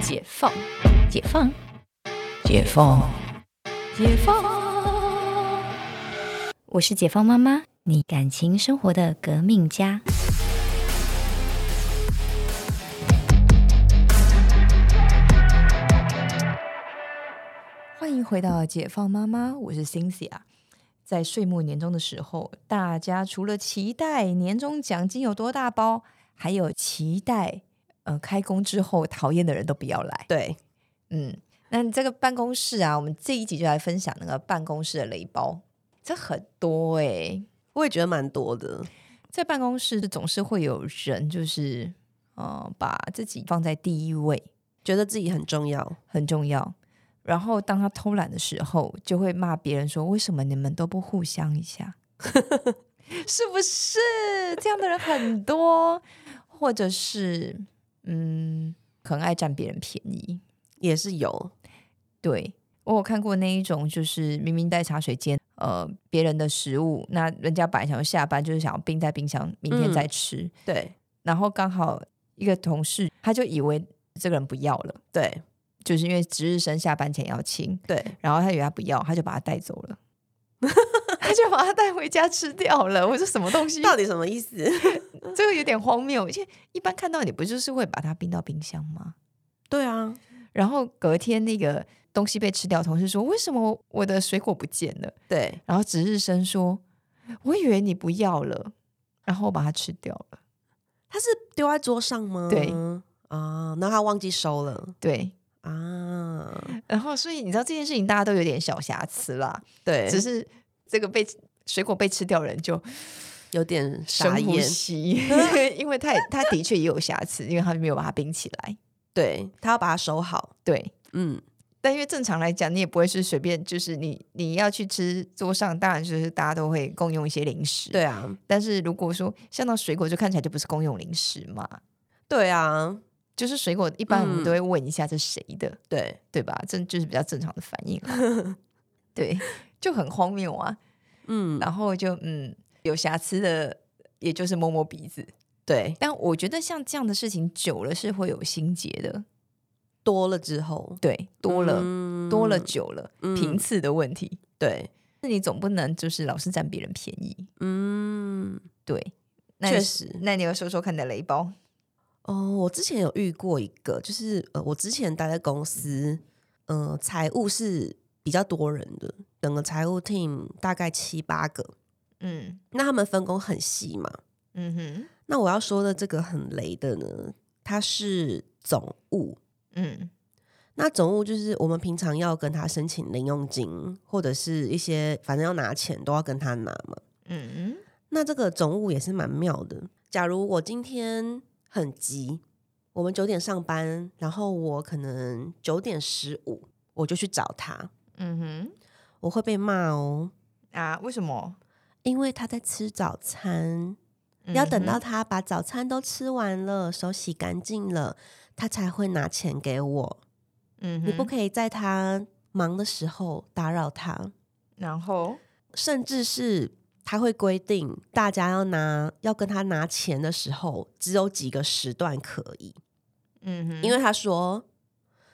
解放，解放，解放，解放。我是解放妈妈，你感情生活的革命家。欢迎回到解放妈妈，我是 Cynthia。在岁末年终的时候，大家除了期待年终奖金有多大包，还有期待呃开工之后讨厌的人都不要来。对，嗯，那这个办公室啊，我们这一集就来分享那个办公室的雷包，这很多哎、我也觉得蛮多的。在办公室总是会有人就是呃把自己放在第一位，觉得自己很重要，很重要。然后当他偷懒的时候，就会骂别人说：“为什么你们都不互相一下？” 是不是这样的人很多？或者是嗯，很爱占别人便宜。也是有，对我有看过那一种，就是明明在茶水间，呃，别人的食物，那人家本来想要下班，就是想要冰在冰箱，明天再吃。对然后刚好一个同事，他就以为这个人不要了，对就是因为值日生下班前要清，对，然后他以为他不要，他就把他带走了， 他就把他带回家吃掉了。我说什么东西？到底什么意思？ 这个有点荒谬。因为一般看到你不就是会把它冰到冰箱吗？对啊，然后隔天那个东西被吃掉，同事说为什么我的水果不见了？对，然后值日生说我以为你不要了，然后我把它吃掉了。他是丢在桌上吗？对啊，那他忘记收了对，啊，然后所以你知道这件事情大家都有点小瑕疵啦，对，只是这个被水果被吃掉的人就有点傻深呼眼。 吸，因为他也他的确也有瑕疵，因为他没有把它冰起来。对他要把它收好，对，嗯，但因为正常来讲，你也不会是随便，就是你你要去吃桌上，当然就是大家都会共用一些零食。对，啊，但是如果说像到水果，就看起来就不是共用零食嘛，对啊，就是水果一般我们嗯都会问一下这谁的，对，对吧？这就是比较正常的反应啦。 对，就很荒谬啊。嗯，然后就嗯，有瑕疵的，也就是摸摸鼻子。对，但我觉得像这样的事情久了是会有心结的，多了之后，对，多了、嗯多了，久了，嗯频次的问题，对，那你总不能就是老是占别人便宜，嗯，对，那确你实那你要说说看你的雷包，哦，我之前有遇过一个，就是呃，我之前待在公司，呃，财务是比较多人的，整个财务 team 大概七八个，嗯那他们分工很细嘛。嗯哼，那我要说的这个很雷的呢，他是总务。嗯那总务就是我们平常要跟他申请零用金，或者是一些反正要拿钱都要跟他拿嘛。嗯那这个总务也是蛮妙的。假如我今天很急，我们九点上班，然后我可能九点十五我就去找他，嗯哼我会被骂哦，啊，为什么因为他在吃早餐，要等到嗯哼他把早餐都吃完了，手洗干净了，他才会拿钱给我。嗯哼你不可以在他忙的时候打扰他，然后甚至是。他会规定大家要拿要跟他拿钱的时候，只有几个时段可以。嗯哼，因为他说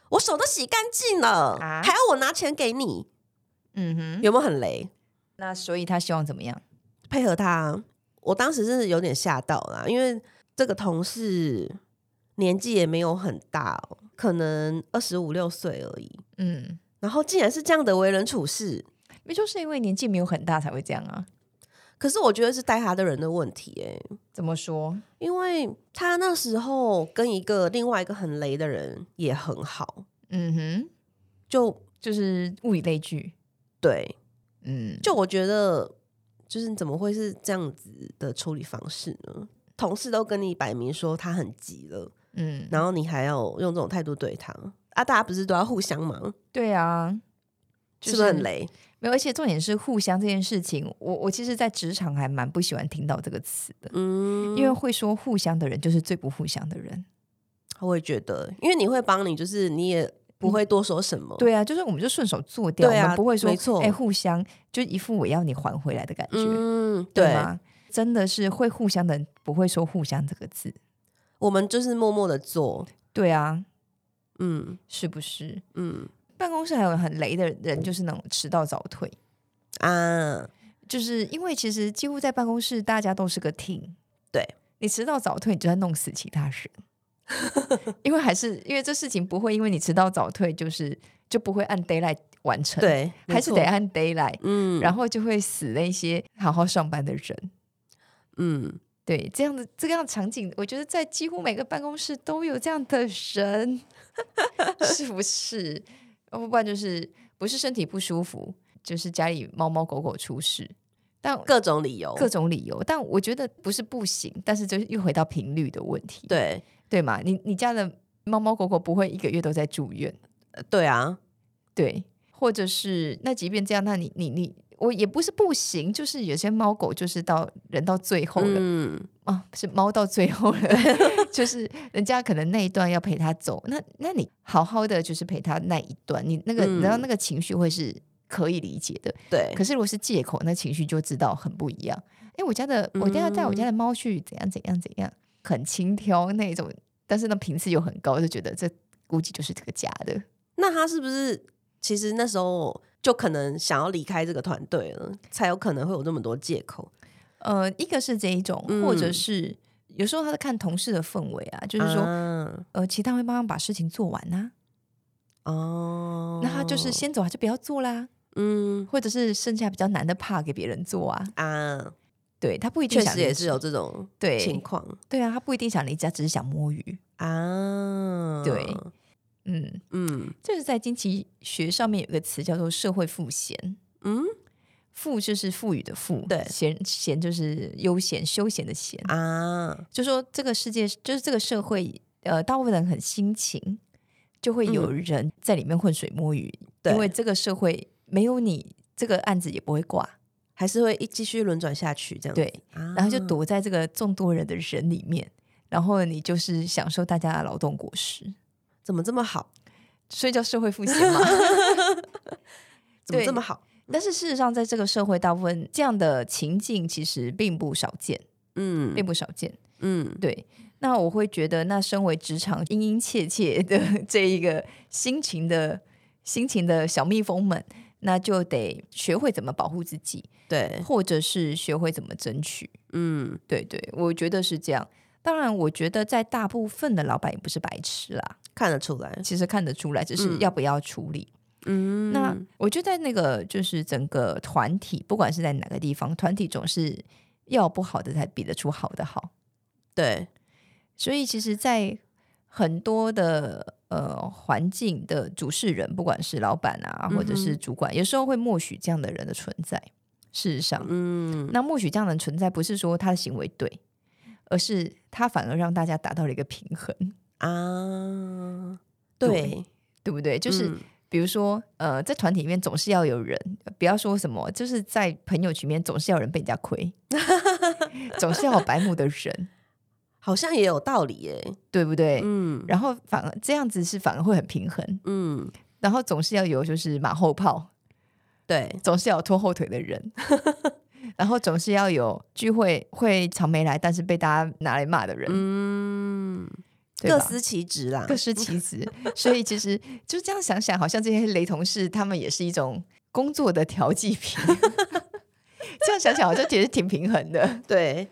我手都洗干净了，啊还要我拿钱给你，嗯哼，有没有很雷？那所以他希望怎么样？配合他，我当时是有点吓到啦，因为这个同事年纪也没有很大、哦，可能二十五六岁而已，嗯，然后竟然是这样的为人处事，那就是因为年纪没有很大才会这样啊。可是我觉得是带他的人的问题、欸，怎么说？因为他那时候跟一个另外一个很雷的人也很好，嗯哼，就就是物以类聚。对，嗯，就我觉得，就是你怎么会是这样子的处理方式呢？同事都跟你摆明说他很急了，嗯，然后你还要用这种态度对他啊？大家不是都要互相忙，对啊，就是是不是很雷？没有，而且重点是互相这件事情，我我其实，在职场还蛮不喜欢听到这个词的，嗯，因为会说互相的人就是最不互相的人。我也觉得，因为你会帮你，就是你也不会多说什么，嗯对啊，就是我们就顺手做掉，哦对啊我们不会说没错哎、互相就一副我要你还回来的感觉，嗯，对对，吗？真的是会互相的人不会说互相这个字。我们就是默默的做，对啊，嗯是不是？嗯办公室还有很雷的人，就是那种迟到早退，啊，就是因为其实几乎在办公室大家都是个 team，对你迟到早退，你就在弄死其他人， 因为还是因为这事情不会因为你迟到早退就是就不会按 d a y l i g h t 完成，，对，没还是错得按 d a y l i g h t 嗯，然后后就会死那些好好上班的人。嗯，对，这样的这个样的场景，我觉得在几乎每个办公室都有这样的人， 是不是？要不然就是不是身体不舒服，就是家里猫猫狗狗出事，但各种理由，各种理由。但我觉得不是不行，但是就是又回到频率的问题，对对嘛？你你家的猫猫狗狗不会一个月都在住院，呃对啊，对，或者是那即便这样，那你你你。我也不是不行，就是有些猫狗就是到人到最后了，嗯，啊，是猫到最后了， 就是人家可能那一段要陪他走，那那你好好的就是陪他那一段，你那个嗯然后那个情绪会是可以理解的。对可，是如果是借口，那情绪就知道很不一样。哎，我家的我一定要带我家的猫去怎样怎样怎样，很轻佻那种，但是呢频次又很高，就觉得这估计就是这个假的。那他是不是其实那时候就可能想要离开这个团队了，才有可能会有那么多借口？呃，一个是这一种，或者嗯是有时候他在看同事的氛围啊，就是说、啊呃，其他会帮他把事情做完呐、哦，那他就是先走，他就不要做啦。嗯或者是剩下比较难的怕给别人做啊。啊，对他不一定确想实离也职是有这种对情况对啊，他不一定想离家，只是想摸鱼。啊，对嗯，嗯就是在经济学上面有个词叫做社会赋闲，嗯赋就是赋予的赋，对闲闲就是悠闲休闲的闲，啊，就说这个世界就是这个社会，呃，大部分人很辛勤，就会有人在里面浑水摸鱼，嗯对因为这个社会没有你，这个案子也不会挂，还是会一继续轮转下去这样子对，啊然后就躲在这个众多人的人里面，然后你就是享受大家的劳动果实，怎么这么好，所以叫社会复兴 嘛。怎么对这么好？但是事实上，在这个社会，大部分这样的情境其实并不少见，嗯并不少见。嗯对，那我会觉得，那身为职场殷殷切切的 这一个辛勤的辛勤的小蜜蜂们，那就得学会怎么保护自己，对或者是学会怎么争取。嗯对对，我觉得是这样。当然，我觉得在大部分的老板也不是白痴啦，看得出来其实看得出来，只是嗯要不要处理。嗯那我觉得在那个就是整个团体，不管是在哪个地方，团体总是要有不好的才比得出好的好。对所以其实，在很多的呃环境的主事人，不管是老板啊，或者嗯是哼主管，有时候会默许这样的人的存在。事实上，嗯那默许这样的人存在，不是说他的行为对，而是他反而让大家达到了一个平衡，啊对对对不对？就是。嗯比如说，呃，在团体里面总是要有人，不要说什么，就是在朋友群里面总是要有人被人家 亏，总是要有白目的人，好像也有道理耶，对不对？嗯然后反而这样子是反而会很平衡，嗯然后总是要有就是马后炮，对总是要有拖后腿的 人，然后总是要有聚会会常没来，但是被大家拿来骂的人，嗯对各吧司其职啦各司 其职。所以其实就这样想想，好像这些雷同事他们也是一种工作的调剂品。 这样想想，好像其实挺平衡的，对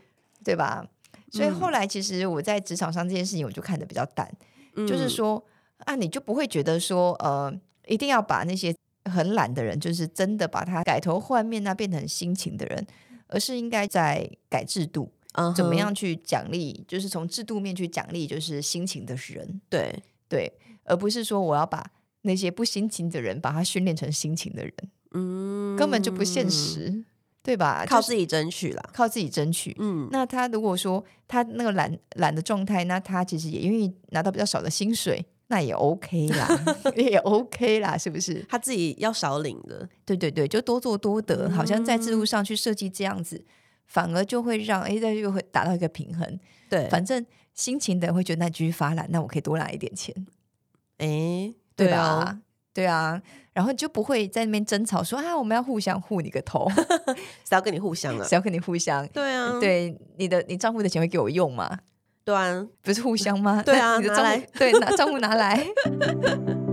对吧？所以嗯后来其实我在职场上这件事情，我就看得比较淡，就是嗯说啊，你就不会觉得说呃，一定要把那些很懒的人，就是真的把他改头换面啊，变成辛勤的人，而是应该在改制度，嗯怎么哼样去奖励，就是从制度面去奖励，就是辛勤的人。对对，而不是说我要把那些不辛勤的人把他训练成辛勤的人，嗯根本就不现，实，对吧？靠就是自己争取啦靠自己争取。嗯那他如果说他那个懒懒的状态，那他其实也愿意拿到比较少的薪水，那也 OK 啦，也 OK 啦，是不是？他自己要少领的对对对，就多做多得，好像在制度上去设计这样子，反而就会让哎，这又会达到一个平衡。对反正辛勤的人会觉得那继续发懒，那我可以多拿一点钱。哎对啊吧？对啊，然后就不会在那边争吵说啊，我们要互相护你个头，谁要跟你互相啊谁要跟你互相？对啊对，你的你账户的钱会给我用吗？对啊，不是互相吗？对啊那你的拿账户来 对，拿账户拿来。